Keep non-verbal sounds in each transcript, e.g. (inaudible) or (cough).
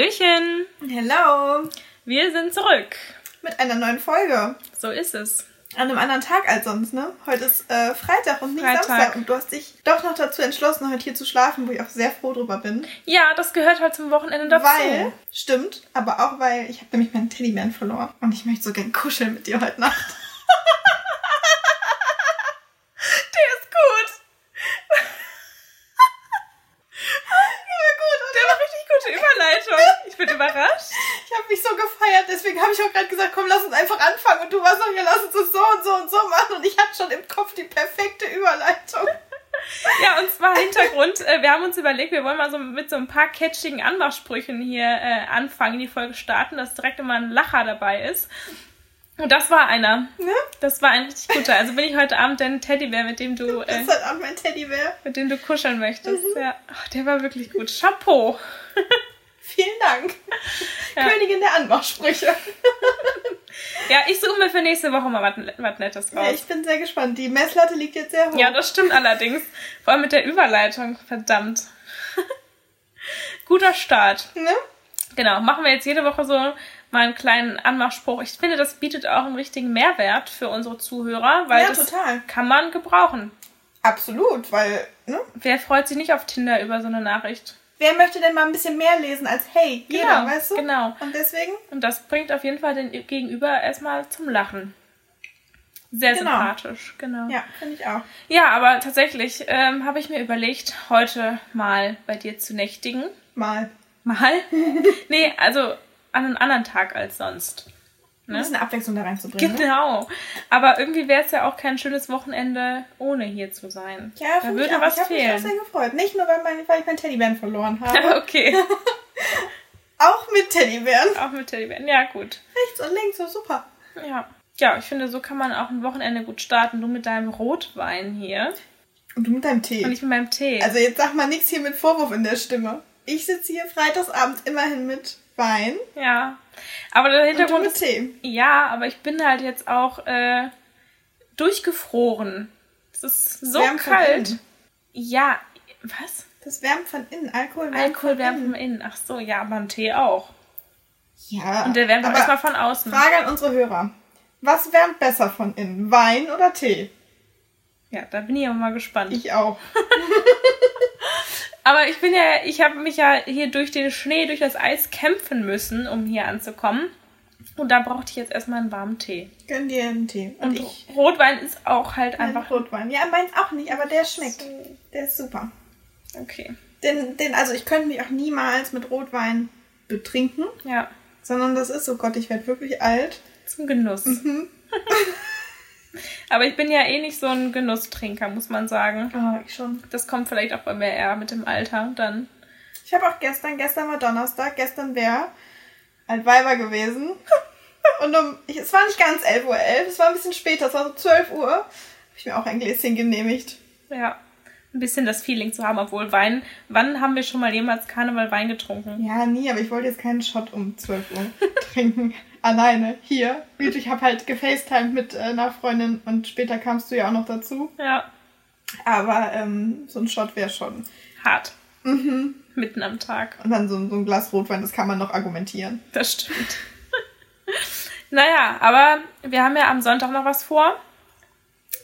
Hallöchen! Hello! Wir sind zurück. Mit einer neuen Folge. So ist es. An einem anderen Tag als sonst, ne? Heute ist äh, Freitag und nicht Freitag. Samstag. Und du hast dich doch noch dazu entschlossen, heute hier zu schlafen, wo ich auch sehr froh drüber bin. Ja, das gehört halt zum Wochenende dazu. Weil, stimmt, aber auch weil ich habe nämlich meinen Teddybären verloren. Und ich möchte so gern kuscheln mit dir heute Nacht. (laughs) Der ist gut. Der war richtig gute Überleitung. Ich bin überrascht. Ich habe mich so gefeiert, deswegen habe ich auch gerade gesagt, komm, lass uns einfach anfangen. Und du warst noch, ja, lass uns das so und so und so machen. Und ich hatte schon im Kopf die perfekte Überleitung. Ja, und zwar Hintergrund. äh, Wir haben uns überlegt, wir wollen mal so mit so ein paar catchigen Anmachsprüchen hier äh, anfangen, die Folge starten, dass direkt immer ein Lacher dabei ist. Und das war einer. Ne? Das war ein richtig guter. Also bin ich heute Abend dein Teddybär, mit dem du, (laughs) Das Mhm. äh, ist halt auch mein Teddybär. mit dem du kuscheln möchtest. Ja. Ach, der war wirklich gut. Chapeau. Vielen Dank. Ja. Königin der Anmachsprüche. Ja, ich suche mir für nächste Woche mal was, was Nettes Ja, raus. ich bin sehr gespannt. Die Messlatte liegt jetzt sehr hoch. Ja, das stimmt allerdings. Vor allem mit der Überleitung. Verdammt. (laughs) Guter Start. ne? Genau, machen wir jetzt jede Woche so mal einen kleinen Anmachspruch. Ich finde, das bietet auch einen richtigen Mehrwert für unsere Zuhörer, weil Ja, das total. kann man gebrauchen. Absolut, weil, ne? Wer freut sich nicht auf Tinder über so eine Nachricht? Wer möchte denn mal ein bisschen mehr lesen als hey, jeder, Genau, weißt du? genau. Und deswegen, Und das bringt auf jeden Fall den Gegenüber erstmal zum Lachen. Sehr Genau. sympathisch, genau. ja, finde ich auch. Ja, aber tatsächlich ähm, habe ich mir überlegt, heute mal bei dir zu nächtigen. Mal. (laughs) Mal? nee, also an einem anderen Tag als sonst. Ne? Ein bisschen Abwechslung da reinzubringen. ne? Genau. Aber irgendwie wäre es ja auch kein schönes Wochenende, ohne hier zu sein. Ja, da finde ich würde auch. was ich habe mich auch fehlen. sehr gefreut. Nicht nur, weil, mein, weil ich meinen Teddybären verloren habe. (laughs) Okay, auch mit Teddybären. auch mit Teddybären. Ja, gut. Rechts und links, so super. Ja. Ja, ich finde, so kann man auch ein Wochenende gut starten. Du mit deinem Rotwein hier Und du mit deinem Tee. und ich mit meinem Tee. Also jetzt sag mal nichts hier mit Vorwurf in der Stimme. Ich sitze hier freitagsabends immerhin mit Wein ja. Aber der und du Hintergrund mit ist Tee. Ja, aber ich bin halt jetzt auch äh, durchgefroren. Es ist so Wärmt von kalt. innen. Ja, was? Das wärmt von innen. Alkohol wärmt Alkohol von wärmt innen. von innen. Ach so, ja, aber ein Tee auch. Ja. Und der wärmt auch aber erstmal von außen. Frage an unsere Hörer. Was wärmt besser von innen? Wein oder Tee? Ja, da bin ich aber mal gespannt. Ich auch. aber ich bin ja, ich habe mich ja hier durch den Schnee, durch das Eis kämpfen müssen, um hier anzukommen. Und da brauchte ich jetzt erstmal einen warmen Tee. Gönn dir einen Tee. Und, Und ich Rotwein ist auch halt einen einfach. Rotwein. Ja, meins auch nicht, aber der schmeckt. Der ist super. Okay. Den, den, also ich könnte mich auch niemals mit Rotwein betrinken, Ja, sondern das ist so, Gott, ich werde wirklich alt. Zum Genuss. Mhm. (laughs) Aber ich bin ja eh nicht so ein Genusstrinker, muss man sagen. Oh, ich schon. Das kommt vielleicht auch bei mir eher mit dem Alter dann. Ich habe auch gestern, gestern war Donnerstag, gestern wäre Altweiber gewesen. (laughs) Und um, ich, es war nicht ganz 11.11 Uhr, es war ein bisschen später, es war so 12 Uhr. Habe ich mir auch ein Gläschen genehmigt. Ja. Ein bisschen das Feeling zu haben, obwohl Wein. Wann haben wir schon mal jemals Karneval Wein getrunken? Ja, nie, aber ich wollte jetzt keinen Shot um 12 Uhr trinken. (laughs) Alleine, hier. Gut, ich habe halt gefacetimed mit äh, einer Freundin und später kamst du ja auch noch dazu. Ja. Aber ähm, so ein Shot wäre schon. Hart. Mhm. Mitten am Tag. Und dann so, ein- so ein Glas Rotwein, das kann man noch argumentieren. Das stimmt. (laughs) naja, aber wir haben ja am Sonntag noch was vor.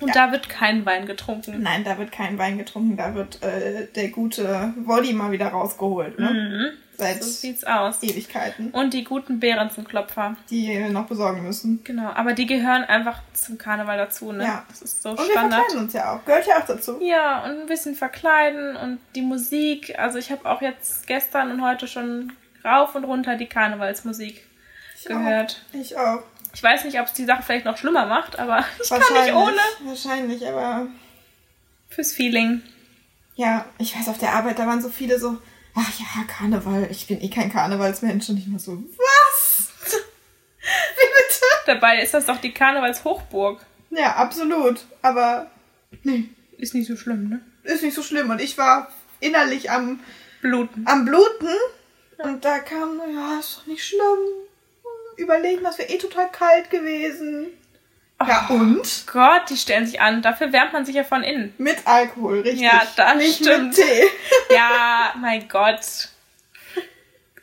Und da wird kein Wein getrunken. Nein, da wird kein Wein getrunken, da wird äh, der gute Woddy mal wieder rausgeholt. Mhm. Ne? Seit So sieht's aus. Ewigkeiten, Und die guten Behrensenklopfer. die wir noch besorgen müssen. Genau, aber die gehören einfach zum Karneval dazu, ne? Ja. Das ist so Und wir Standard. verkleiden uns ja auch. Gehört ja auch dazu. Ja, und ein bisschen verkleiden und die Musik. Also ich habe auch jetzt gestern und heute schon rauf und runter die Karnevalsmusik Ich gehört. Auch. Ich auch. Ich weiß nicht, ob es die Sache vielleicht noch schlimmer macht, aber (laughs) ich kann nicht ohne. Wahrscheinlich, aber Fürs Feeling. Ja, ich weiß, auf der Arbeit, da waren so viele so, ach ja, Karneval, ich bin eh kein Karnevalsmensch. Und ich war so, was? (laughs) Wie Dabei ist das doch die Karnevalshochburg. bitte? Ja, absolut. Aber nee, Ist nicht so schlimm, ne? ist nicht so schlimm. Und ich war innerlich am, Bluten. am Bluten. Und da kam, ja, ist doch nicht schlimm. Überlegen, das wäre eh total kalt gewesen. Ja, und? Gott, die stellen sich an. Dafür wärmt man sich ja von innen. Mit Alkohol, richtig. Ja, (laughs) das nicht stimmt. mit Tee. Ja, mein Gott.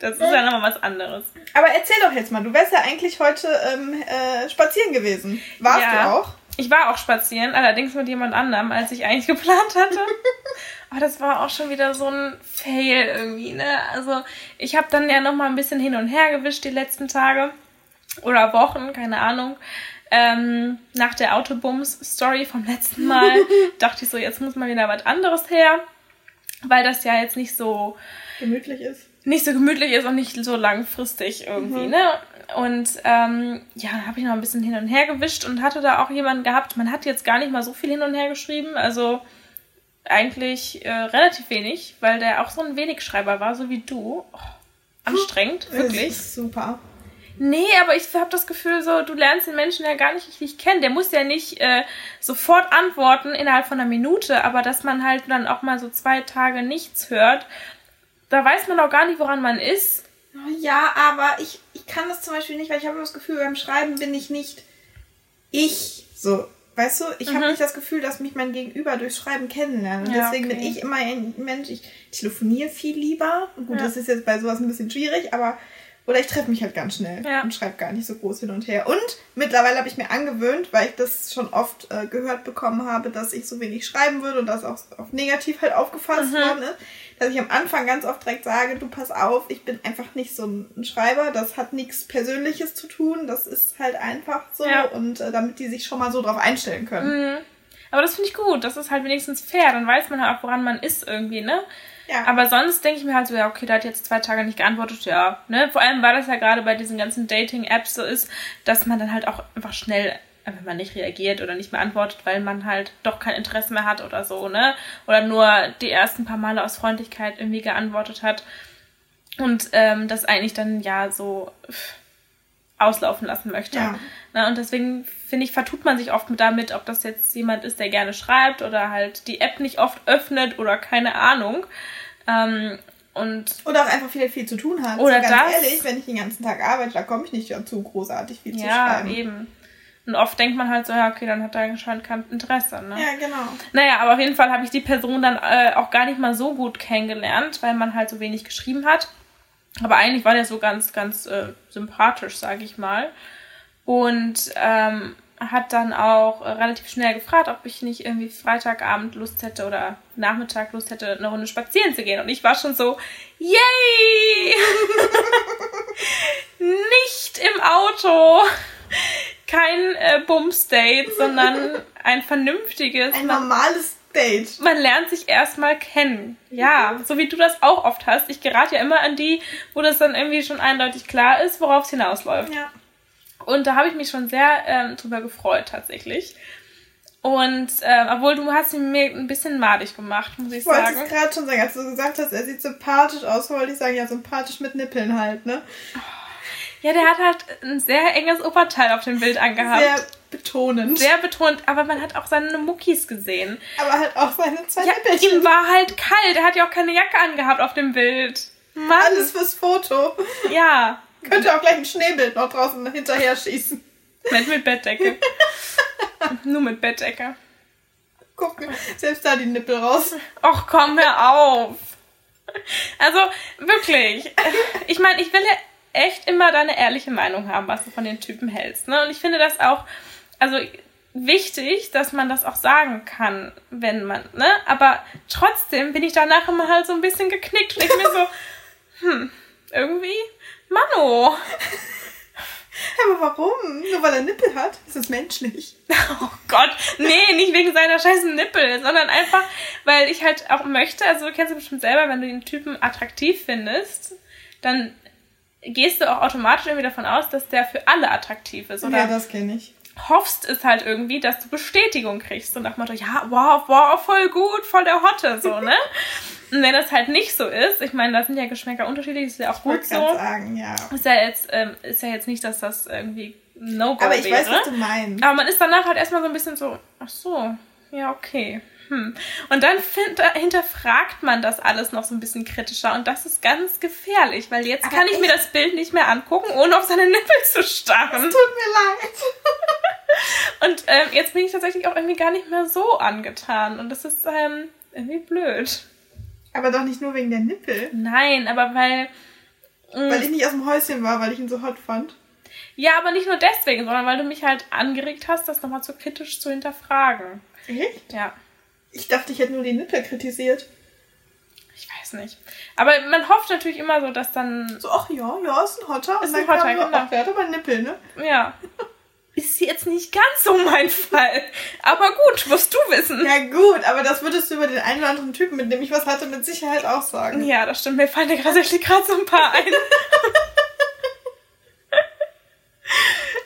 Das ist ja nochmal was anderes. Aber erzähl doch jetzt mal, du wärst ja eigentlich heute ähm, äh, spazieren gewesen. Warst Ja. du auch? Ich war auch spazieren, allerdings mit jemand anderem, als ich eigentlich (laughs) geplant hatte. Aber das war auch schon wieder so ein Fail irgendwie, ne? Also, ich habe dann ja noch mal ein bisschen hin und her gewischt die letzten Tage oder Wochen, keine Ahnung. Ähm, nach der Autobums-Story vom letzten Mal dachte ich so, jetzt muss mal wieder was anderes her, weil das ja jetzt nicht so Gemütlich ist. nicht so gemütlich ist und nicht so langfristig irgendwie, ne? Und ähm, ja, dann habe ich noch ein bisschen hin und her gewischt und hatte da auch jemanden gehabt. Man hat jetzt gar nicht mal so viel hin und her geschrieben, also eigentlich äh, relativ wenig, weil der auch so ein Wenigschreiber war, so wie du. Oh, anstrengend, Das wirklich. ist super. Nee, aber ich habe das Gefühl so, du lernst den Menschen ja gar nicht richtig kennen. Der muss ja nicht äh, sofort antworten innerhalb von einer Minute, aber dass man halt dann auch mal so zwei Tage nichts hört, da weiß man auch gar nicht, woran man ist. Oh Ja, aber ich, ich kann das zum Beispiel nicht, weil ich habe das Gefühl, beim Schreiben bin ich nicht ich. So, weißt du, ich habe nicht das Gefühl, dass mich mein Gegenüber durch Schreiben kennenlernt. Und Ja, deswegen bin okay. ich immer ein Mensch, ich telefoniere viel lieber. Und Gut, Ja. das ist jetzt bei sowas ein bisschen schwierig, aber. Oder ich treffe mich halt ganz schnell Ja. und schreibe gar nicht so groß hin und her. Und mittlerweile habe ich mir angewöhnt, weil ich das schon oft äh, gehört bekommen habe, dass ich so wenig schreiben würde und das auch auf negativ halt Mhm. aufgefasst worden ist, dass ich am Anfang ganz oft direkt sage, du pass auf, ich bin einfach nicht so ein Schreiber, das hat nichts Persönliches zu tun, das ist halt einfach so Ja. Mhm. und äh, damit die sich schon mal so drauf einstellen können. Aber das finde ich gut, das ist halt wenigstens fair, dann weiß man halt auch, woran man ist irgendwie, ne? Ja. Aber sonst denke ich mir halt so, ja, okay, der hat jetzt zwei Tage nicht geantwortet, ja. Ne? Vor allem, weil das ja gerade bei diesen ganzen Dating-Apps so ist, dass man dann halt auch einfach schnell, äh, wenn man nicht reagiert oder nicht mehr antwortet, weil man halt doch kein Interesse mehr hat oder so, ne? Oder nur die ersten paar Male aus Freundlichkeit irgendwie geantwortet hat. Und ähm, das eigentlich dann ja so pff, auslaufen lassen möchte. Ja. Na, und deswegen finde ich, vertut man sich oft mit damit, ob das jetzt jemand ist, der gerne schreibt oder halt die App nicht oft öffnet oder keine Ahnung. Ähm, und Oder auch einfach viel, viel zu tun hat. Oder so, ganz das. ehrlich, wenn ich den ganzen Tag arbeite, da komme ich nicht dazu, großartig viel zu ja, schreiben. eben. Und oft denkt man halt so, ja, okay, dann hat er anscheinend kein Interesse. Ne? Ja, genau. Naja, aber auf jeden Fall habe ich die Person dann äh, auch gar nicht mal so gut kennengelernt, weil man halt so wenig geschrieben hat. Aber eigentlich war der so ganz, ganz äh, sympathisch, sage ich mal. Und ähm, hat dann auch äh, relativ schnell gefragt, ob ich nicht irgendwie Freitagabend Lust hätte oder Nachmittag Lust hätte, eine Runde spazieren zu gehen. Und ich war schon so, yay! nicht im Auto! Kein äh, Bums-Date, sondern ein vernünftiges. Ein man- normales Date. man lernt sich erstmal kennen. Ja, Mhm. so wie du das auch oft hast. Ich gerate ja immer an die, wo das dann irgendwie schon eindeutig klar ist, worauf es hinausläuft. Ja. Und da habe ich mich schon sehr ähm, drüber gefreut, tatsächlich. Und ähm, obwohl du hast ihn mir ein bisschen madig gemacht, muss ich Ich wollte es sagen. gerade schon sagen, als du gesagt hast, er sieht sympathisch aus, wollte ich sagen, ja, sympathisch mit Nippeln halt, ne? Ja, der hat halt ein sehr enges Oberteil auf dem Bild angehabt. Sehr betonend. sehr betont, aber man hat auch seine Muckis gesehen. aber halt auch seine zwei Ja, ihm Nippelchen. war halt kalt. Er hat ja auch keine Jacke angehabt auf dem Bild. Mann, Mhm. Alles fürs Foto. ja. Könnte auch gleich ein Schneebild noch draußen hinterher schießen. Nicht mit Bettdecke. Nur mit Bettdecke. Guck, selbst da die Nippel raus. Och, komm, hör auf. Also, wirklich. Ich meine, ich will ja echt immer deine ehrliche Meinung haben, was du von den Typen hältst. Ne? Und ich finde das auch, also wichtig, dass man das auch sagen kann, wenn man, ne? Aber trotzdem bin ich danach immer halt so ein bisschen geknickt und ich mir so, hm, irgendwie, Mano. Aber warum? Nur weil er Nippel hat? Ist das menschlich? Oh Gott, nee, nicht wegen seiner scheißen Nippel, sondern einfach, weil ich halt auch möchte, also du kennst du bestimmt selber, wenn du den Typen attraktiv findest, dann gehst du auch automatisch irgendwie davon aus, dass der für alle attraktiv ist. Oder Ja, das kenne ich. hoffst es halt irgendwie, dass du Bestätigung kriegst. Und nach dem Motto, ja, wow, wow, voll gut, voll der Hotte, so, (laughs) ne? Und wenn das halt nicht so ist, ich meine, da sind ja Geschmäcker unterschiedlich, ist ja auch gut Wollte so. gerade sagen, ja. Ist ja jetzt, ähm, ist ja jetzt nicht, dass das irgendwie ein No-Go Aber ich wäre. weiß, was du meinst. Aber man ist danach halt erstmal so ein bisschen so, ach so, ja, okay. Hm. Und dann find, da- hinterfragt man das alles noch so ein bisschen kritischer und das ist ganz gefährlich, weil jetzt Aber kann ich mir echt? das Bild nicht mehr angucken, ohne auf seine Nippel zu starren. Tut mir leid. Und ähm, jetzt bin ich tatsächlich auch irgendwie gar nicht mehr so angetan und das ist ähm, irgendwie blöd. Aber doch nicht nur wegen der Nippel. Nein, aber weil Weil ich nicht aus dem Häuschen war, weil ich ihn so hot fand. Mm. Ja, aber nicht nur deswegen, sondern weil du mich halt angeregt hast, das nochmal so kritisch zu hinterfragen. Echt? Ja, Ich dachte, ich hätte nur die Nippel kritisiert. ich weiß nicht. Aber man hofft natürlich immer so, dass dann. So, ach ja, ja, ist ein Hotter. Ist und ein dann kam Hotter, nur, genau. ach, der hat aber Nippel, ne? Ja. Ist jetzt nicht ganz so mein Fall. Aber gut, musst du wissen. Ja gut, aber das würdest du über den einen oder anderen Typen, mit dem ich was hatte, mit Sicherheit auch sagen. Ja, das stimmt. Mir fallen da tatsächlich gerade so ein paar (laughs) ein.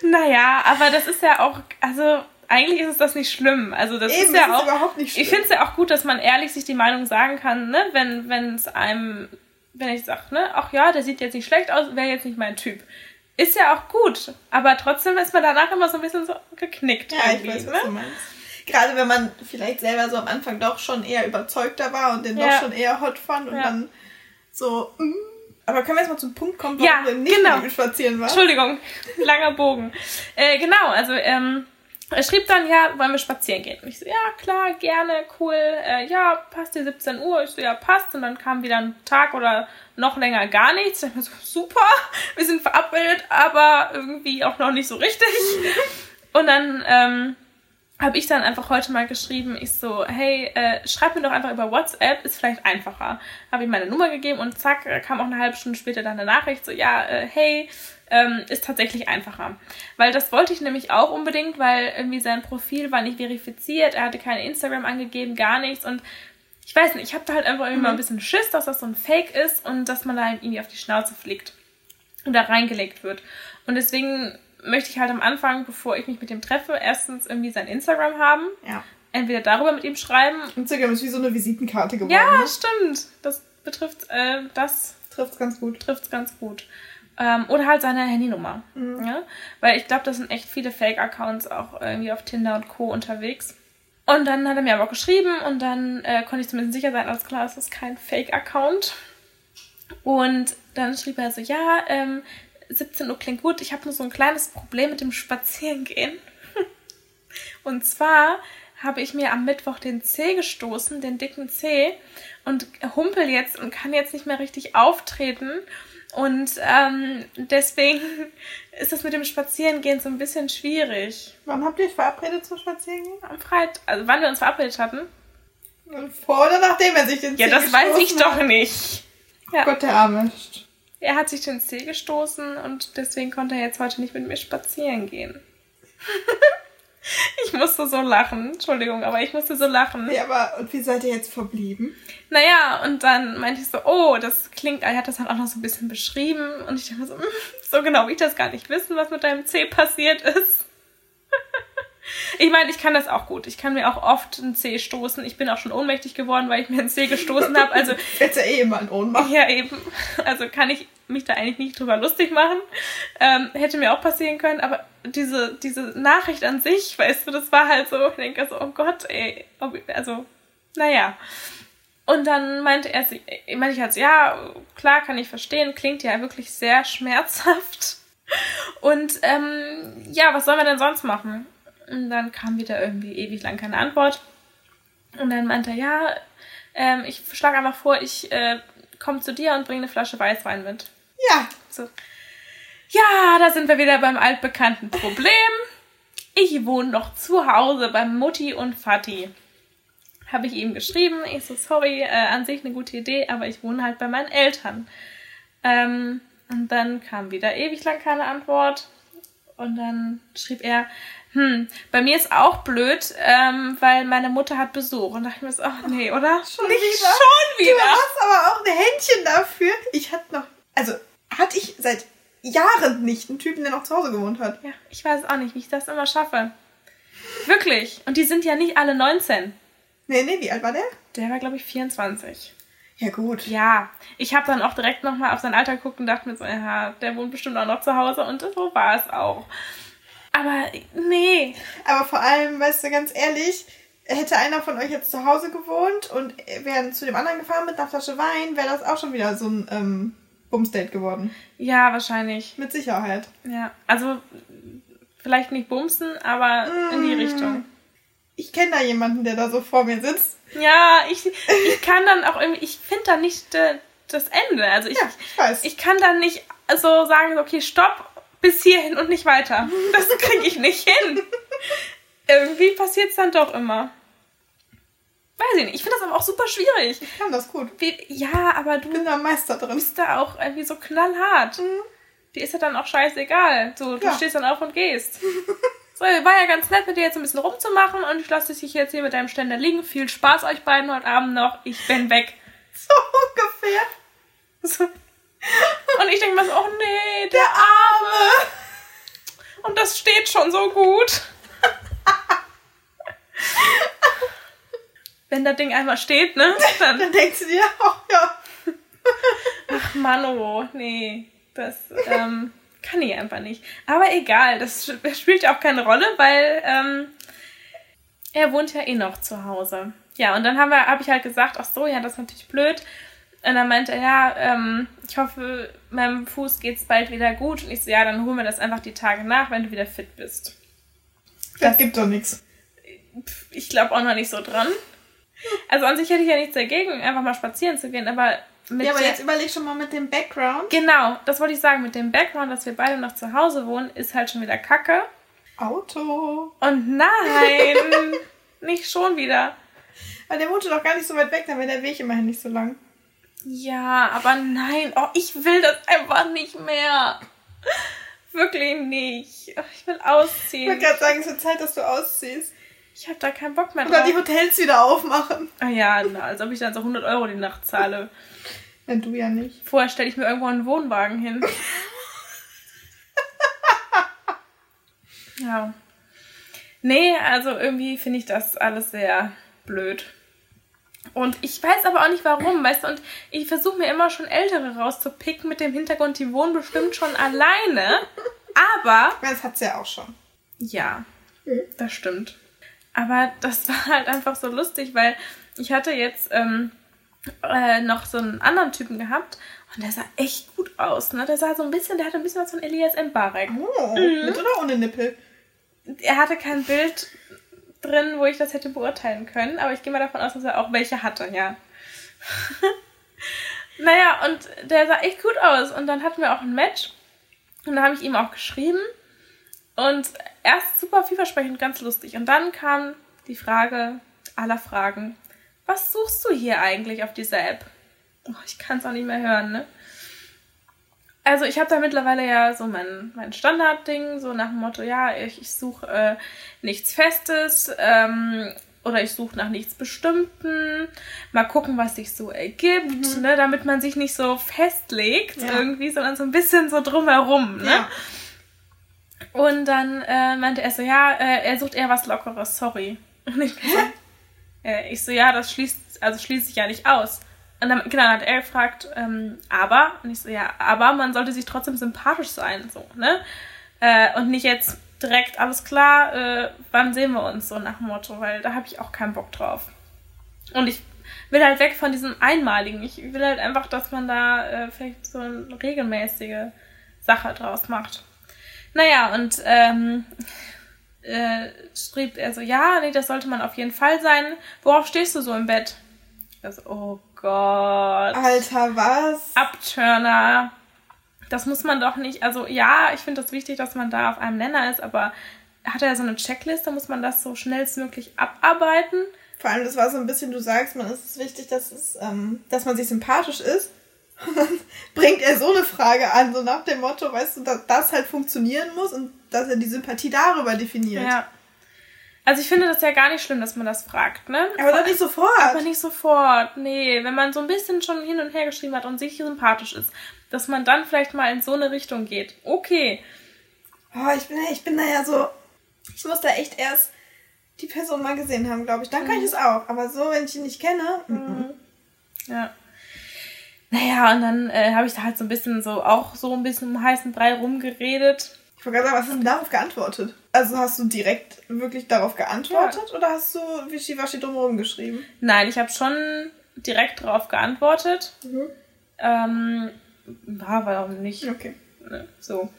naja, aber das ist ja auch, also eigentlich ist es das nicht schlimm. Also das ist Eben, ja das auch. ist überhaupt nicht ich schlimm. finde es ja auch gut, dass man ehrlich sich die Meinung sagen kann, ne, wenn wenn es einem, wenn ich sag, ne, ach ja, der sieht jetzt nicht schlecht aus, wäre jetzt nicht mein Typ. Ist ja auch gut, aber trotzdem ist man danach immer so ein bisschen so geknickt. Ja, ich irgendwie, ne? weiß, was du meinst. Gerade wenn man vielleicht selber so am Anfang doch schon eher überzeugter war und den Ja. doch schon eher hot fand und Ja. dann so, mm. Aber können wir jetzt mal zum Punkt kommen, warum Ja, du nicht genau. mit ihm spazieren warst? Entschuldigung, langer Bogen. Äh, genau, also ähm, er schrieb dann, ja, wollen wir spazieren gehen? Und ich so, ja, klar, gerne, cool. Äh, ja, passt dir 17 Uhr? Ich so, ja, passt. Und dann kam wieder ein Tag oder noch länger gar nichts. Und ich mir so, super, wir sind verabredet, aber irgendwie auch noch nicht so richtig. Und dann ähm, habe ich dann einfach heute mal geschrieben, ich so, hey, äh, schreib mir doch einfach über WhatsApp, ist vielleicht einfacher. Habe ihm meine Nummer gegeben und zack, äh, kam auch eine halbe Stunde später dann eine Nachricht, so, ja, äh, hey, ähm, ist tatsächlich einfacher. Weil das wollte ich nämlich auch unbedingt, weil irgendwie sein Profil war nicht verifiziert, er hatte kein Instagram angegeben, gar nichts und ich weiß nicht, ich habe da halt einfach immer mal ein bisschen Schiss, dass das so ein Fake ist und dass man da halt irgendwie auf die Schnauze fliegt oder reingelegt wird. Und deswegen möchte ich halt am Anfang, bevor ich mich mit dem treffe, erstens irgendwie sein Instagram haben, Ja. entweder darüber mit ihm schreiben. Instagram ist wie so eine Visitenkarte geworden. Ja, ne? stimmt. Das betrifft, äh, das Trifft's ganz gut. trifft's ganz gut. Ähm, oder halt seine Handynummer. Ja? Weil ich glaube, das sind echt viele Fake-Accounts auch irgendwie auf Tinder und Co. unterwegs. Und dann hat er mir aber auch geschrieben und dann äh, konnte ich zumindest sicher sein, alles klar, es ist kein Fake-Account. Und dann schrieb er so, ja, ähm, 17 Uhr klingt gut, ich habe nur so ein kleines Problem mit dem Spazierengehen. Und zwar habe ich mir am Mittwoch den Zeh gestoßen, den dicken Zeh, und humpel jetzt und kann jetzt nicht mehr richtig auftreten. Und ähm, deswegen (laughs) ist das mit dem Spazierengehen so ein bisschen schwierig. Wann habt ihr euch verabredet zum Spazierengehen? Am Freitag, also wann wir uns verabredet hatten? Vor oder nachdem er sich den Ja, Zeh das weiß ich gestoßen hat? doch nicht. Ja. Gott, der Arme. Er hat sich den Zeh gestoßen und deswegen konnte er jetzt heute nicht mit mir spazieren gehen. (laughs) ich musste so lachen. Entschuldigung, aber ich musste so lachen. Ja, aber und wie seid ihr jetzt verblieben? Naja, und dann meinte ich so, oh, das klingt, er hat das halt auch noch so ein bisschen beschrieben. Und ich dachte mir so, hm, so genau will ich das gar nicht wissen, was mit deinem Zeh passiert ist. (laughs) Ich meine, ich kann das auch gut. Ich kann mir auch oft einen Zeh stoßen. Ich bin auch schon ohnmächtig geworden, weil ich mir einen Zeh gestoßen habe. Also Jetzt ja eh immer in Ohnmacht. ja, eben. Also kann ich mich da eigentlich nicht drüber lustig machen. Ähm, hätte mir auch passieren können, aber diese, diese Nachricht an sich, weißt du, das war halt so, ich denke so, oh Gott, ey. Ob- Also, naja. Und dann meinte er, sie- äh, meinte ich halt so, ja, klar, kann ich verstehen, klingt ja wirklich sehr schmerzhaft. Und ähm, ja, was sollen wir denn sonst machen? Und dann kam wieder irgendwie ewig lang keine Antwort. Und dann meinte er, ja, ähm, ich schlage einfach vor, ich äh, komme zu dir und bringe eine Flasche Weißwein mit. Ja, So. Ja, da sind wir wieder beim altbekannten Problem. Ich wohne noch zu Hause bei Mutti und Vati. Habe ich ihm geschrieben. Ich so, sorry, äh, an sich eine gute Idee, aber ich wohne halt bei meinen Eltern. Ähm, und dann kam wieder ewig lang keine Antwort. Und dann schrieb er, hm, bei mir ist auch blöd, ähm, weil meine Mutter hat Besuch. Und dachte ich mir so, ach nee, oder? Schon Nicht wieder? schon Du wieder. hast aber auch ein Händchen dafür. Ich hatte noch, also hatte ich seit Jahren nicht einen Typen, der noch zu Hause gewohnt hat. Ja, ich weiß auch nicht, wie ich das immer schaffe. Wirklich. Und die sind ja nicht alle 19. Nee, nee, wie alt war der? Der war, glaube ich, 24. Ja, gut. Ja, ich habe dann auch direkt nochmal auf sein Alter geguckt und dachte mir so, ja, der wohnt bestimmt auch noch zu Hause und so war es auch. Aber nee, Aber vor allem, weißt du, ganz ehrlich, hätte einer von euch jetzt zu Hause gewohnt und wäre zu dem anderen gefahren mit einer Flasche Wein, wäre das auch schon wieder so ein ähm, Bumsdate geworden. ja, wahrscheinlich. Mit Sicherheit. Ja, also vielleicht nicht bumsen, aber in die Richtung. Ich kenne da jemanden, der da so vor mir sitzt. Ja, ich, ich kann dann auch irgendwie, ich finde da nicht äh, das Ende. Also ich, Ja, ich weiß. ich kann dann nicht so sagen, okay, stopp, bis hierhin und nicht weiter. Das kriege ich nicht hin. Irgendwie passiert es dann doch immer. Weiß ich nicht. Ich finde das aber auch super schwierig. Ich kann das gut. Wie, ja, aber du Ich bin da Meister drin. (laughs) bist da auch irgendwie so knallhart. Die ist ja dann auch scheißegal. So, du Ja. stehst dann auf und gehst. (laughs) So, war ja ganz nett, mit dir jetzt ein bisschen rumzumachen und ich lasse dich jetzt hier mit deinem Ständer liegen. Viel Spaß euch beiden heute Abend noch. Ich bin weg. So ungefähr. So. Und ich denke mir so, oh nee, der Der Arme. Und das steht schon so gut. Wenn das Ding einmal steht, ne? Dann, Dann denkst du dir, (laughs) oh ja, ach Mann, oh, nee. Das ähm, kann ich einfach nicht. Aber egal, das sp- spielt ja auch keine Rolle, weil ähm, er wohnt ja eh noch zu Hause. Ja, und dann habe hab ich halt gesagt, ach so, ja, das ist natürlich blöd. Und dann meinte er, ja, ähm, ich hoffe, meinem Fuß geht's bald wieder gut. Und ich so, ja, dann holen wir das einfach die Tage nach, wenn du wieder fit bist. das gibt doch nichts. Pff, ich glaube auch noch nicht so dran. Also an sich hätte ich ja nichts dagegen, einfach mal spazieren zu gehen, aber mit Ja, aber der- jetzt überleg schon mal mit dem Background. genau, das wollte ich sagen, mit dem Background, dass wir beide noch zu Hause wohnen, ist halt schon wieder Kacke. Auto. Und nein, nicht schon wieder. Weil der wohnte doch gar nicht so weit weg, dann wäre der Weg immerhin nicht so lang. Ja, aber nein, oh, ich will das einfach nicht mehr. Wirklich nicht. Ach, Ich will Ich ausziehen. wollte gerade sagen, es wird Zeit, dass du ausziehst. Ich habe da keinen Bock mehr Oder die drauf. Hotels wieder aufmachen. Ah ja, na, als ob ich dann so 100 Euro die Nacht zahle. Ja, du ja nicht. Vorher stelle ich mir irgendwo einen Wohnwagen hin. ja. Nee, also irgendwie finde ich das alles sehr blöd. Und ich weiß aber auch nicht warum, weißt du, und ich versuche mir immer schon Ältere rauszupicken mit dem Hintergrund, die wohnen bestimmt schon alleine. Aber Ich meine, Das hat's ja auch schon. ja, Mhm. das stimmt. Aber das (laughs) war halt einfach so lustig, weil ich hatte jetzt ähm, äh, noch so einen anderen Typen gehabt und der sah echt gut aus. Ne? Der sah so ein bisschen, der hatte ein bisschen was von Elias M. Barek. Oh, Mhm. mit oder ohne Nippel? Er hatte kein Bild drin, wo ich das hätte beurteilen können, aber ich gehe mal davon aus, dass er auch welche hatte, ja. (laughs) naja, und der sah echt gut aus. Und dann hatten wir auch ein Match. Und dann habe ich ihm auch geschrieben. Und erst super vielversprechend, ganz lustig. Und dann kam die Frage aller Fragen: Was suchst du hier eigentlich auf dieser App? Oh, ich kann es auch nicht mehr hören, ne? Also ich habe da mittlerweile ja so mein, mein Standardding, so nach dem Motto, ja, ich, ich suche äh, nichts Festes ähm, oder ich suche nach nichts Bestimmten, mal gucken, was sich so ergibt, ne, damit man sich nicht so festlegt Ja. irgendwie, sondern so ein bisschen so drumherum. Ne? Ja. Und dann äh, meinte er so, ja, äh, er sucht eher was Lockeres, sorry. Und ich so, äh, ich so, ja, das schließt, also schließt sich ja nicht aus. Und dann, genau, dann hat er gefragt, ähm, aber, und ich so, ja, aber man sollte sich trotzdem sympathisch sein, so, ne? Äh, und nicht jetzt direkt, alles klar, äh, wann sehen wir uns, so nach dem Motto, weil da habe ich auch keinen Bock drauf. Und ich will halt weg von diesem Einmaligen. Ich will halt einfach, dass man da äh, vielleicht so eine regelmäßige Sache draus macht. Naja, und ähm, äh, schrieb er so, ja, nee, das sollte man auf jeden Fall sein. Worauf stehst du so im Bett? Also, oh Gott. Ah, Alter, was? Abturner. Das muss man doch nicht. Also ja, ich finde das wichtig, dass man da auf einem Nenner ist, aber hat er so eine Checkliste, muss man das so schnellstmöglich abarbeiten? Vor allem, das war so ein bisschen, du sagst, man es ist wichtig, dass, es, ähm, dass man sich sympathisch ist. (laughs) Und dann bringt er so eine Frage an, so nach dem Motto, weißt du, dass das halt funktionieren muss und dass er die Sympathie darüber definiert. Ja. Also ich finde das ja gar nicht schlimm, dass man das fragt, ne? Aber doch nicht Aber sofort. nicht sofort. Nee, wenn man so ein bisschen schon hin und her geschrieben hat und sich sympathisch ist, dass man dann vielleicht mal in so eine Richtung geht. Okay. Oh, ich, bin, ich bin da ja so, ich muss da echt erst die Person mal gesehen haben, glaube ich. Dann Mhm. kann ich es auch. Aber so, wenn ich ihn nicht kenne, mhm. Ja. Naja, und dann äh, habe ich da halt so ein bisschen so, auch so ein bisschen um heißen Brei rumgeredet. ich wollte gerade sagen, was hast du denn darauf geantwortet? Also hast du direkt wirklich darauf geantwortet oder hast du Wischiwaschi drumherum geschrieben? Nein, ich habe schon direkt darauf geantwortet. Mhm. Ähm, war warum nicht? Okay. Ne? So.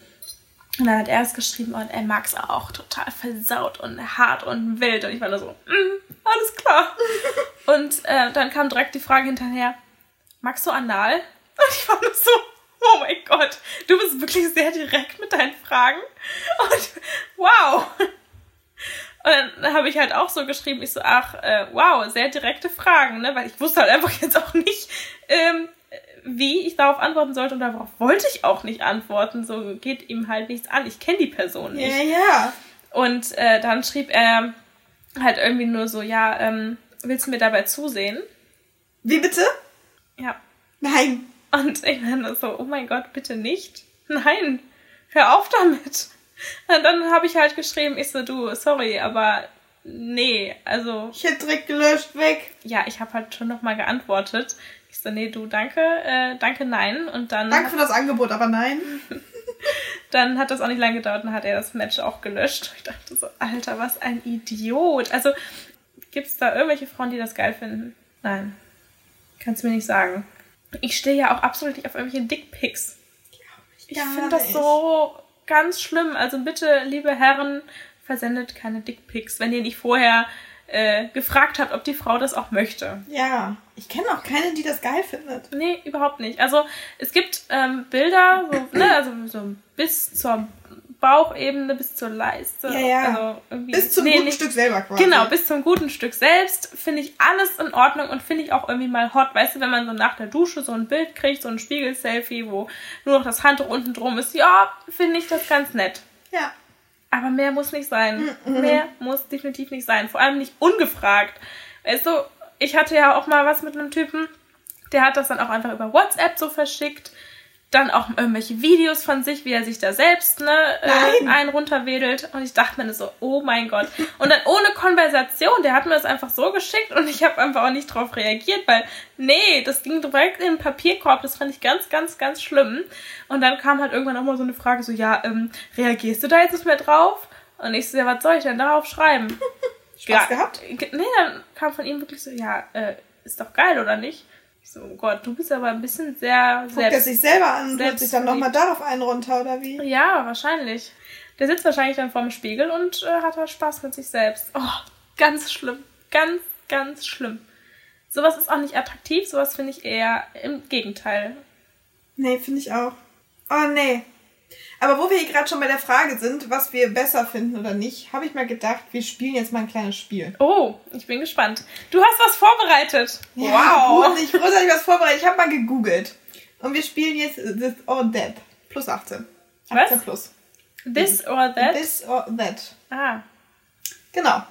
Und dann hat er es geschrieben und er mag es auch total versaut und hart und wild. Und ich war da so, mm, alles klar. und äh, dann kam direkt die Frage hinterher, magst du anal? Und ich war nur so, oh mein Gott, du bist wirklich sehr direkt mit deinen Fragen. Und wow. Und dann habe ich halt auch so geschrieben, ich so, ach, äh, wow, sehr direkte Fragen, ne? Weil ich wusste halt einfach jetzt auch nicht, ähm, wie ich darauf antworten sollte und darauf wollte ich auch nicht antworten. So geht ihm halt nichts an. Ich kenne die Person nicht. Ja, ja. Und äh, dann schrieb er halt irgendwie nur so, ja, ähm, willst du mir dabei zusehen? Wie bitte? Ja. Nein. Und ich war nur so, oh mein Gott, bitte nicht. Nein, hör auf damit. Und dann habe ich halt geschrieben, ich so, du, sorry, aber nee, also Ich hätte direkt gelöscht, weg. ja, ich habe halt schon nochmal geantwortet. Ich so, nee, du, danke, äh, danke, nein. Und dann, Danke für das Angebot, aber nein. dann hat das auch nicht lange gedauert und hat er das Match auch gelöscht. Ich dachte so, Alter, was ein Idiot. Also, gibt's da irgendwelche Frauen, die das geil finden? Nein. Kannst du mir nicht sagen. Ich stehe ja auch absolut nicht auf irgendwelche Dickpics. Ich finde das so ganz schlimm. Also bitte, liebe Herren, versendet keine Dickpics, wenn ihr nicht vorher äh, gefragt habt, ob die Frau das auch möchte. Ja. Ich kenne auch keine, die das geil findet. Nee, überhaupt nicht. Also es gibt ähm, Bilder, so, ne, also so bis zur Bauchebene, bis zur Leiste. Ja, ja. Also irgendwie, Bis zum nee, guten nicht- Stück selber quasi. Genau, bis zum guten Stück selbst finde ich alles in Ordnung und finde ich auch irgendwie mal hot. Weißt du, wenn man so nach der Dusche so ein Bild kriegt, so ein Spiegel-Selfie, wo nur noch das Handtuch unten drum ist, ja, finde ich das ganz nett. Ja. Aber mehr muss nicht sein. Mhm. Mehr muss definitiv nicht sein. Vor allem nicht ungefragt. Weißt du, ich hatte ja auch mal was mit einem Typen, der hat das dann auch einfach über WhatsApp so verschickt. Dann auch irgendwelche Videos von sich, wie er sich da selbst ne, äh, Nein. einen runterwedelt. Und ich dachte mir so, oh mein Gott. Und dann ohne Konversation, der hat mir das einfach so geschickt und ich habe einfach auch nicht drauf reagiert, weil nee, das ging direkt in den Papierkorb. Das fand ich ganz, ganz, ganz schlimm. Und dann kam halt irgendwann auch mal so eine Frage, so, ja, ähm, reagierst du da jetzt nicht mehr drauf? Und ich so, ja, was soll ich denn darauf schreiben? Spaß gehabt? Ge- Nee, dann kam von ihm wirklich so, ja, äh, ist doch geil, oder nicht? Ich so, oh Gott, du bist aber ein bisschen sehr Guckt er selbst. sich selber an und holt selbst- sich dann nochmal darauf einen runter, oder wie? Ja, wahrscheinlich. Der sitzt wahrscheinlich dann vorm Spiegel und äh, hat halt Spaß mit sich selbst. Oh, ganz schlimm. Ganz, ganz schlimm. Sowas ist auch nicht attraktiv, sowas finde ich eher im Gegenteil. Nee, finde ich auch. Oh, nee. Aber wo wir hier gerade schon bei der Frage sind, was wir besser finden oder nicht, habe ich mal gedacht, wir spielen jetzt mal ein kleines Spiel. Oh, ich bin gespannt. Du hast was vorbereitet. Ja, wow. Gut, ich großartig was vorbereitet. Ich habe mal gegoogelt. Und wir spielen jetzt This or That. Plus 18. 18 Was? plus. This or that? This or That. Ah, Genau.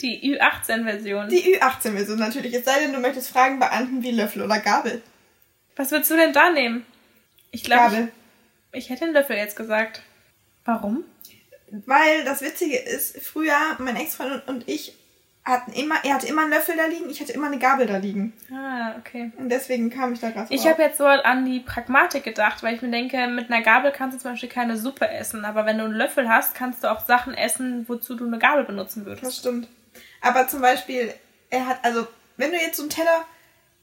die Ü18-Version. Die Ü18-Version natürlich. Es sei denn, du möchtest Fragen beantworten wie Löffel oder Gabel. Was würdest du denn da nehmen? Ich glaube, Gabel. ich, ich hätte den Löffel jetzt gesagt. Warum? Weil das Witzige ist, früher mein Ex-Freund und ich hatten immer, er hatte immer einen Löffel da liegen, ich hatte immer eine Gabel da liegen. Ah, okay. Und deswegen kam ich da gerade Ich habe jetzt so an die Pragmatik gedacht, weil ich mir denke, mit einer Gabel kannst du zum Beispiel keine Suppe essen, aber wenn du einen Löffel hast, kannst du auch Sachen essen, wozu du eine Gabel benutzen Das würdest. stimmt. Aber zum Beispiel, er hat, also, wenn du jetzt so einen Teller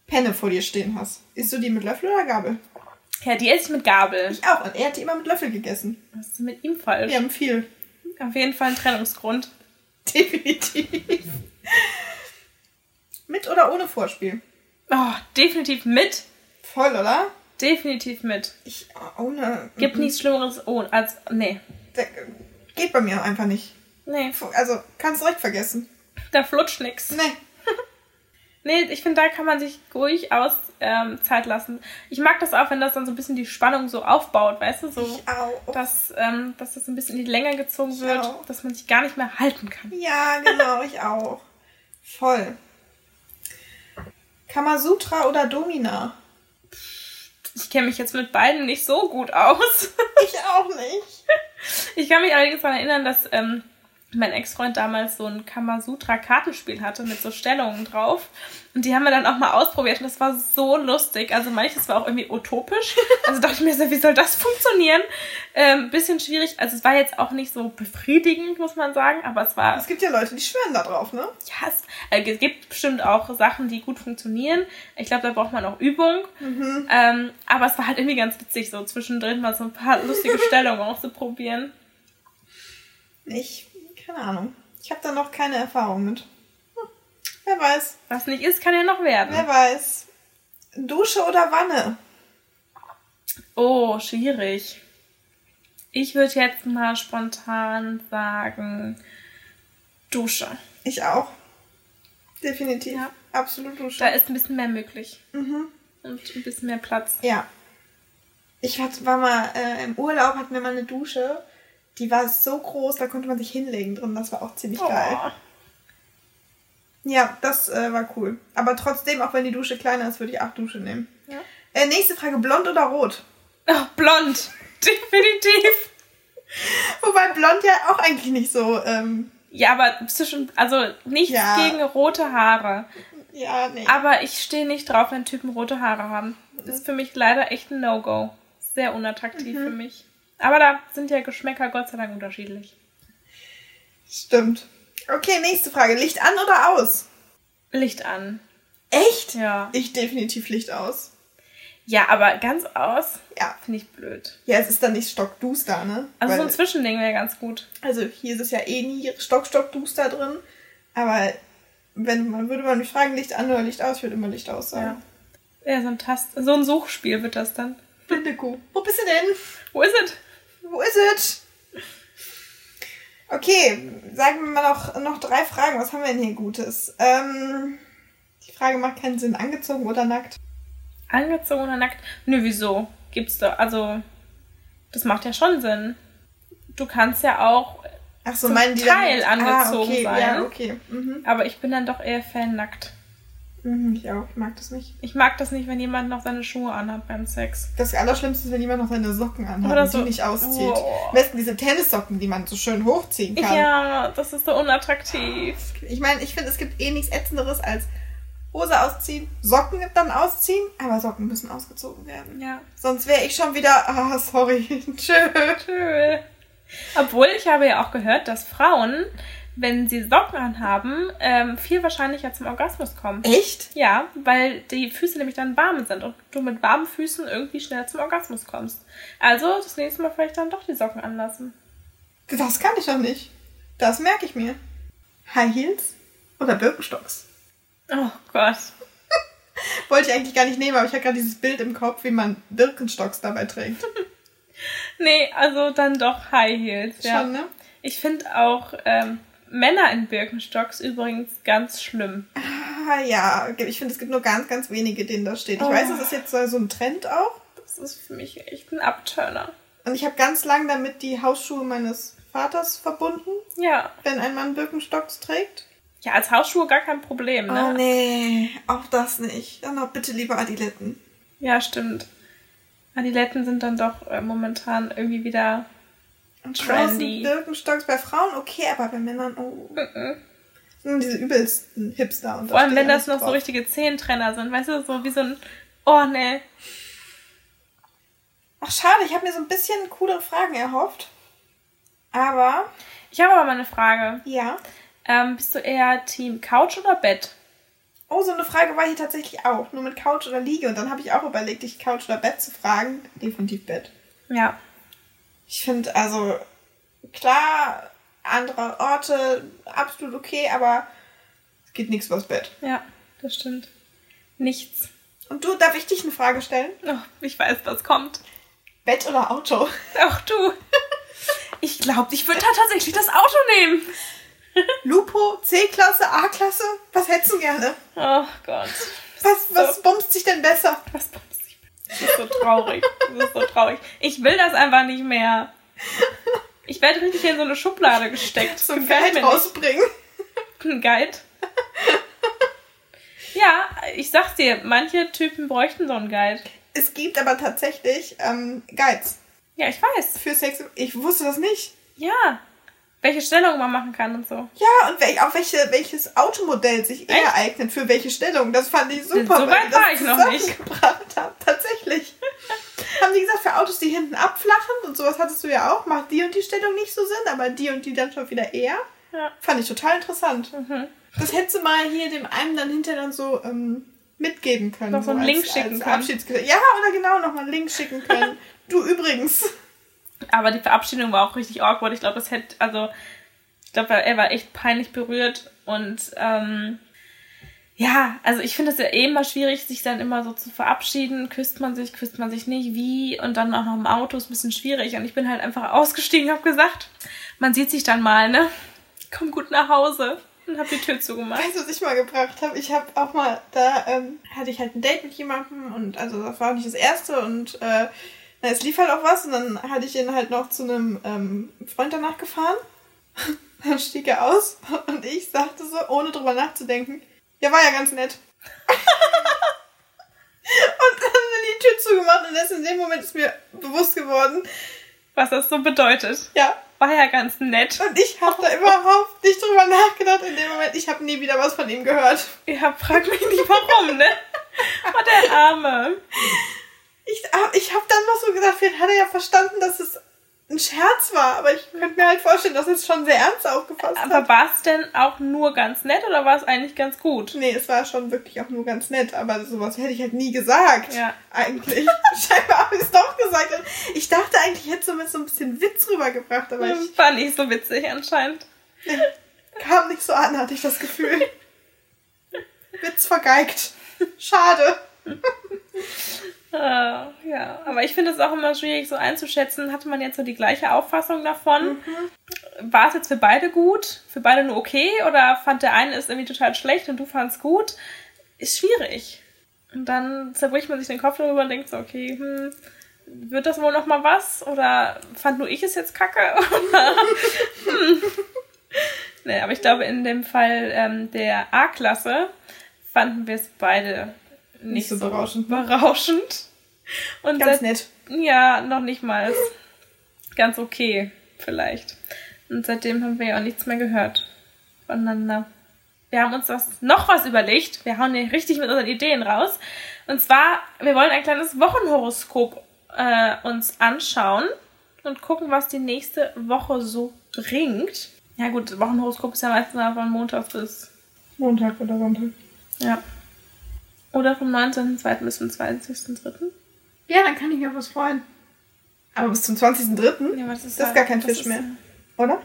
Penne vor dir stehen hast, isst du die mit Löffel oder Gabel? Ja, die esse ich mit Gabel. Ich auch. Und er hat die immer mit Löffel gegessen. Was ist denn mit ihm falsch? Wir haben viel. (laughs) Auf jeden Fall ein Trennungsgrund. Definitiv. mit oder ohne Vorspiel? Oh, definitiv mit. Voll, oder? Definitiv mit. Ich, ohne. Gibt nichts Schlimmeres ohne, als, nee. Der- Geht bei mir einfach nicht. Nee, Also, kannst direkt vergessen. da flutscht nix. Nee. Nee, ich finde, da kann man sich ruhig aus ähm, Zeit lassen. Ich mag das auch, wenn das dann so ein bisschen die Spannung so aufbaut, weißt du, so, Ich au. dass, ähm, dass das ein bisschen in die Länge gezogen wird, auch. dass man sich gar nicht mehr halten kann. Ja, genau, ich auch. Voll. Kamasutra oder Domina? Ich kenne mich jetzt mit beiden nicht so gut aus. (laughs) Ich auch nicht. Ich kann mich allerdings daran erinnern, dass ähm, mein Ex-Freund damals so ein Kamasutra-Kartenspiel hatte mit so Stellungen drauf. Und die haben wir dann auch mal ausprobiert und das war so lustig. Also manches war auch irgendwie utopisch. Also dachte ich mir so, wie soll das funktionieren? Ähm, bisschen schwierig. Also es war jetzt auch nicht so befriedigend, muss man sagen, aber es war Es gibt ja Leute, die schwören da drauf, ne? Ja, es, also es gibt bestimmt auch Sachen, die gut funktionieren. Ich glaube, da braucht man auch Übung. Ähm, aber es war halt irgendwie ganz witzig, so zwischendrin mal so ein paar lustige Stellungen auszuprobieren. Ich, keine Ahnung. Ich habe da noch keine Erfahrung mit. Hm. Wer weiß, Was nicht ist, kann ja noch werden. wer weiß. Dusche oder Wanne? Oh, schwierig. Ich würde jetzt mal spontan sagen, Dusche. Ich auch. Definitiv. Absolut Dusche. Da ist ein bisschen mehr möglich. Mhm. Und ein bisschen mehr Platz. Ja. Ich hat, war mal äh, im Urlaub, hatten wir mal eine Dusche. Die war so groß, da konnte man sich hinlegen drin. Das war auch ziemlich geil. Oh. Ja, das äh, war cool. Aber trotzdem, auch wenn die Dusche kleiner ist, würde ich acht Dusche nehmen. Ja. Äh, nächste Frage, blond oder rot? (laughs) Oh, blond. (laughs) Definitiv. Wobei blond ja auch eigentlich nicht so, ähm, Ja, aber zwischen, also nichts Ja. gegen rote Haare. ja, nee. Aber ich stehe nicht drauf, wenn Typen rote Haare haben. Mhm. Das ist für mich leider echt ein No-Go. Sehr unattraktiv für mich. Aber da sind ja Geschmäcker Gott sei Dank unterschiedlich. Stimmt. Okay, nächste Frage, Licht an oder aus? Licht an. Echt? Ja. Ich definitiv Licht aus. Ja, aber ganz aus Ja. finde ich blöd. Ja, es ist dann nicht stockduster, ne? Also so ein Weil- Zwischending wäre ganz gut. also hier ist es ja eh nie stock, stock duster drin. Aber wenn man, würde man mich fragen, Licht an oder Licht aus, ich würde immer Licht aus sagen. Ja, so ein Tast so ein Suchspiel wird das dann. Blinde Kuh. Wo bist du denn? Wo ist es? Wo ist es? Okay, sagen wir mal noch, noch drei Fragen. Was haben wir denn hier Gutes? Ähm, die Frage macht keinen Sinn. Angezogen oder nackt? Angezogen oder nackt? Nö, wieso? Gibt's doch. Also, das macht ja schon Sinn. Du kannst ja auch, Ach so, Zum meinen die Teil damit- angezogen ah, okay, sein. Ja, okay. Mhm. aber ich bin dann doch eher Fan nackt. Mhm, ich auch. Ich mag das nicht. Ich mag das nicht, wenn jemand noch seine Schuhe anhat beim Sex. Das Allerschlimmste ist, wenn jemand noch seine Socken anhat Oder und so. die nicht auszieht. Oh. Am besten diese Tennissocken, die man so schön hochziehen kann. Ja, das ist so unattraktiv. Ich meine, ich finde, es gibt eh nichts Ätzenderes als Hose ausziehen, Socken dann ausziehen, aber Socken müssen ausgezogen werden. Ja. Sonst wäre ich schon wieder, (laughs) ah, sorry, tschö. Tschö. Obwohl ich habe ja auch gehört, dass Frauen, wenn sie Socken anhaben, ähm, viel wahrscheinlicher zum Orgasmus kommen. Echt? Ja, weil die Füße nämlich dann warm sind und du mit warmen Füßen irgendwie schneller zum Orgasmus kommst. Also das nächste Mal vielleicht dann doch die Socken anlassen. Das kann ich doch nicht. Das merke ich mir. High Heels oder Birkenstocks? Oh Gott. Wollte ich eigentlich gar nicht nehmen, aber ich hatte gerade dieses Bild im Kopf, wie man Birkenstocks dabei trägt. Nee, also dann doch High Heels. (laughs) Ja. Schon, ne? Ich finde auch ähm, Männer in Birkenstocks übrigens ganz schlimm. Ah ja, ich finde, es gibt nur ganz, ganz wenige, denen das steht. Ich Oh. weiß, es ist jetzt so so ein Trend auch. Das ist für mich echt ein Abturner. Und ich habe ganz lang damit die Hausschuhe meines Vaters verbunden, Ja. wenn ein Mann Birkenstocks trägt. Ja, als Hausschuhe gar kein Problem, ne? Oh nee, auch das nicht. Dann noch bitte lieber Adiletten. Ja, stimmt. Adiletten sind dann doch äh, momentan irgendwie wieder. Und Trendy. Äh, Trendy. Birkenstocks bei Frauen okay, aber bei Männern, oh. Sind diese übelsten Hipster und Vor allem, wenn steht das noch alles so drauf. richtige Zehentrenner sind, weißt du, so wie so ein. Oh, ne. Ach, schade, ich habe mir so ein bisschen coolere Fragen erhofft. Aber, Ich habe aber mal eine Frage. ja. Ähm, bist du eher Team Couch oder Bett? Oh, so eine Frage war hier tatsächlich auch. Nur mit Couch oder Liege. Und dann habe ich auch überlegt, dich Couch oder Bett zu fragen. Definitiv Bett. Ja. Ich finde, also, klar, andere Orte, absolut okay, aber es geht nichts übers Bett. Ja, das stimmt. Nichts. Und du, darf ich dich eine Frage stellen? Oh, ich weiß, was kommt. Bett oder Auto? (laughs) Auch du. (laughs) Ich glaube, ich würde da tatsächlich das Auto nehmen. Lupo, C-Klasse, A-Klasse? Was hättest du gerne? Oh Gott. Was, was bummst dich denn besser? Was bumst dich? Das ist so traurig. Das ist so traurig. Ich will das einfach nicht mehr. Ich werde richtig in so eine Schublade gesteckt. So ein Gefällt Geld mir nicht. rausbringen? Ein Guide. Ja, ich sag's dir, manche Typen bräuchten so einen Guide. Es gibt aber tatsächlich ähm, Guides Ja, ich weiß. für Sex. Ich wusste das nicht. Ja. Welche Stellung man machen kann und so. Ja, und wel auch welche, welches Automodell sich eher Echt? eignet für welche Stellung. Das fand ich super, So weil weit die das war ich noch nicht. zusammengebracht haben. (laughs) Tatsächlich. haben die gesagt, für Autos, die hinten abflachen und sowas hattest du ja auch, macht die und die Stellung nicht so Sinn, aber die und die dann schon wieder eher. Ja. Mhm. Fand ich total interessant. Das hättest du mal hier dem einen dann hinterher dann so ähm, mitgeben können. Noch so einen als- Link schicken als können. Abschiedsgeschenk. Ja, oder genau, nochmal einen Link schicken (laughs) können. du übrigens. Aber die Verabschiedung war auch richtig awkward. Ich glaube, das hätte, also, ich glaube, er war echt peinlich berührt und ähm, ja, also ich finde es ja eh immer schwierig, sich dann immer so zu verabschieden. Küsst man sich, küsst man sich nicht, wie? Und dann auch noch im Auto ist ein bisschen schwierig. Und ich bin halt einfach ausgestiegen, habe gesagt, man sieht sich dann mal, ne? Komm gut nach Hause. Und habe die Tür zugemacht. Weißt du, was ich mal gebracht habe? Ich habe auch mal, da ähm, hatte ich halt ein Date mit jemandem und also das war auch nicht das erste und äh, na, es lief halt auch was und dann hatte ich ihn halt noch zu einem ähm, Freund danach gefahren. (laughs) dann stieg er aus und ich sagte so, ohne drüber nachzudenken, ja, war ja ganz nett. (laughs) und dann die Tür zugemacht und erst in dem Moment ist mir bewusst geworden, Was das so bedeutet. ja, War ja ganz nett. und ich habe da überhaupt nicht drüber nachgedacht in dem Moment. Ich habe nie wieder was von ihm gehört. Ja, frag mich nicht warum, ne? Oh, der Arme. Ich, ah, ich habe dann noch so gedacht, vielleicht hat er ja verstanden, dass es ein Scherz war, aber ich könnte mir halt vorstellen, dass er es schon sehr ernst aufgefasst hat. Aber war es denn auch nur ganz nett oder war es eigentlich ganz gut? Nee, es war schon wirklich auch nur ganz nett, aber sowas hätte ich halt nie gesagt. Ja. Eigentlich. (laughs) Scheinbar habe ich es doch gesagt. Und ich dachte eigentlich, ich hätte zumindest so ein bisschen Witz rübergebracht, aber ich War nicht so witzig anscheinend. kam nicht so an, hatte ich das (laughs) Gefühl. Witz vergeigt. Schade. Äh, ja, aber ich finde es auch immer schwierig so einzuschätzen. Hatte man jetzt so die gleiche Auffassung davon? Mhm. War es jetzt für beide gut? Für beide nur okay? Oder fand der eine es irgendwie total schlecht und du fandst gut? Ist schwierig. Und dann zerbricht man sich den Kopf darüber und denkt so, okay, hm, wird das wohl noch mal was? Oder fand nur ich es jetzt kacke? (laughs) Oder, hm. Nee, aber ich glaube, in dem Fall ähm, der A-Klasse fanden wir es beide nicht, Nicht so so berauschend. berauschend. Und Ganz seit- nett. ja, noch nicht mal. Ganz okay, vielleicht. Und seitdem haben wir ja auch nichts mehr gehört voneinander. Wir haben uns was, noch was überlegt. Wir hauen hier richtig mit unseren Ideen raus. Und zwar, wir wollen ein kleines Wochenhoroskop äh, uns anschauen und gucken, was die nächste Woche so bringt. Ja gut, Wochenhoroskop ist ja meistens von Montag bis Montag oder Sonntag. ja. Oder vom 19.02. bis zum 20.03. Ja, dann kann ich mir auf was freuen. Aber bis zum 20.03. Ja, aber das ist das ist halt- gar kein das Fisch ist- mehr. Oder?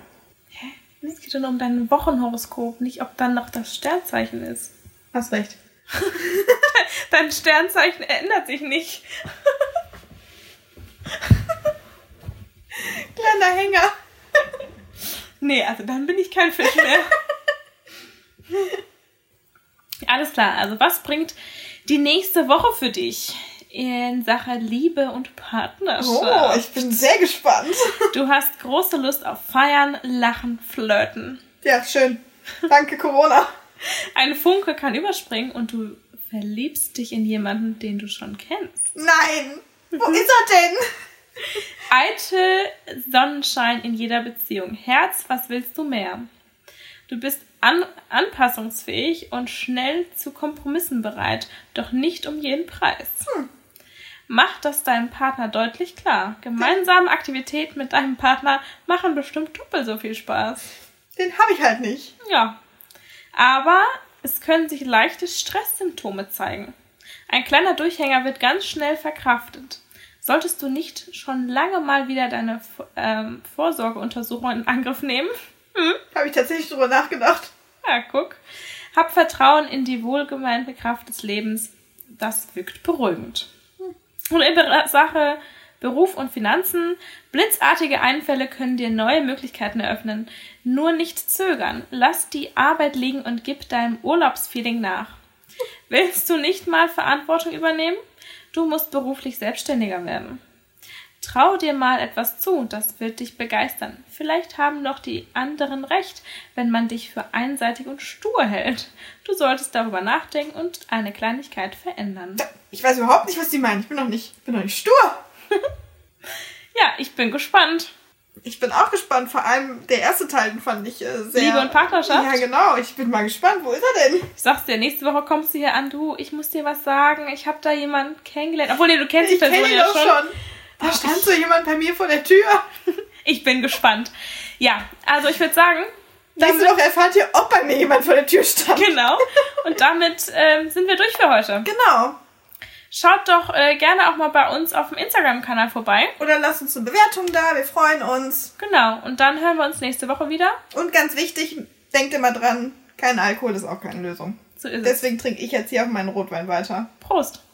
Es geht doch nur um dein Wochenhoroskop, nicht ob dann noch das Sternzeichen ist. Hast recht. Dein Sternzeichen ändert sich nicht. Kleiner Hänger. Nee, also dann bin ich kein Fisch mehr. (laughs) Alles klar, also was bringt die nächste Woche für dich in Sache Liebe und Partnerschaft? Oh, ich bin sehr gespannt. du hast große Lust auf Feiern, Lachen, Flirten. Ja, schön. Danke, Corona. Ein Funke kann überspringen und du verliebst dich in jemanden, den du schon kennst. Nein! Wo ist er denn? Eitel Sonnenschein in jeder Beziehung. Herz, was willst du mehr? Du bist an anpassungsfähig und schnell zu Kompromissen bereit, doch nicht um jeden Preis. Mach das deinem Partner deutlich klar. Gemeinsame Aktivitäten mit deinem Partner machen bestimmt doppelt so viel Spaß. Den habe ich halt nicht. Ja. Aber es können sich leichte Stresssymptome zeigen. Ein kleiner Durchhänger wird ganz schnell verkraftet. Solltest du nicht schon lange mal wieder deine Vo- ähm, Vorsorgeuntersuchung in Angriff nehmen? Habe ich tatsächlich drüber nachgedacht. Ja, guck. Hab Vertrauen in die wohlgemeinte Kraft des Lebens. Das wirkt beruhigend. Und in Be- Sache Beruf und Finanzen. Blitzartige Einfälle können dir neue Möglichkeiten eröffnen. Nur nicht zögern. Lass die Arbeit liegen und gib deinem Urlaubsfeeling nach. Willst du nicht mal Verantwortung übernehmen? Du musst beruflich selbstständiger werden. Trau dir mal etwas zu, das wird dich begeistern. Vielleicht haben noch die anderen recht, wenn man dich für einseitig und stur hält. Du solltest darüber nachdenken und eine Kleinigkeit verändern. Ich weiß überhaupt nicht, was die meinen. Ich bin noch nicht, bin noch nicht stur. Ja, ich bin gespannt. Ich bin auch gespannt. Vor allem der erste Teil den fand ich äh, sehr. Liebe und Partnerschaft? Ja, genau. Ich bin mal gespannt. Wo ist er denn? Ich sag's dir, nächste Woche kommst du hier an, du, ich muss dir was sagen, ich hab da jemanden kennengelernt. Obwohl, nee, du kennst die Ich kenne Person ihn ja doch schon. schon. Da stand so jemand bei mir vor der Tür. Ich bin gespannt. Ja, also ich würde sagen, Nächste Woche erfahrt ihr, ob bei mir jemand vor der Tür stand. genau. Und damit ähm, sind wir durch für heute. Genau. Schaut doch äh, gerne auch mal bei uns auf dem Instagram-Kanal vorbei. Oder lasst uns eine Bewertung da. Wir freuen uns. Genau, und dann hören wir uns nächste Woche wieder. Und ganz wichtig, denkt immer dran, kein Alkohol ist auch keine Lösung. So ist es. Deswegen trinke ich jetzt hier auch meinen Rotwein weiter. Prost.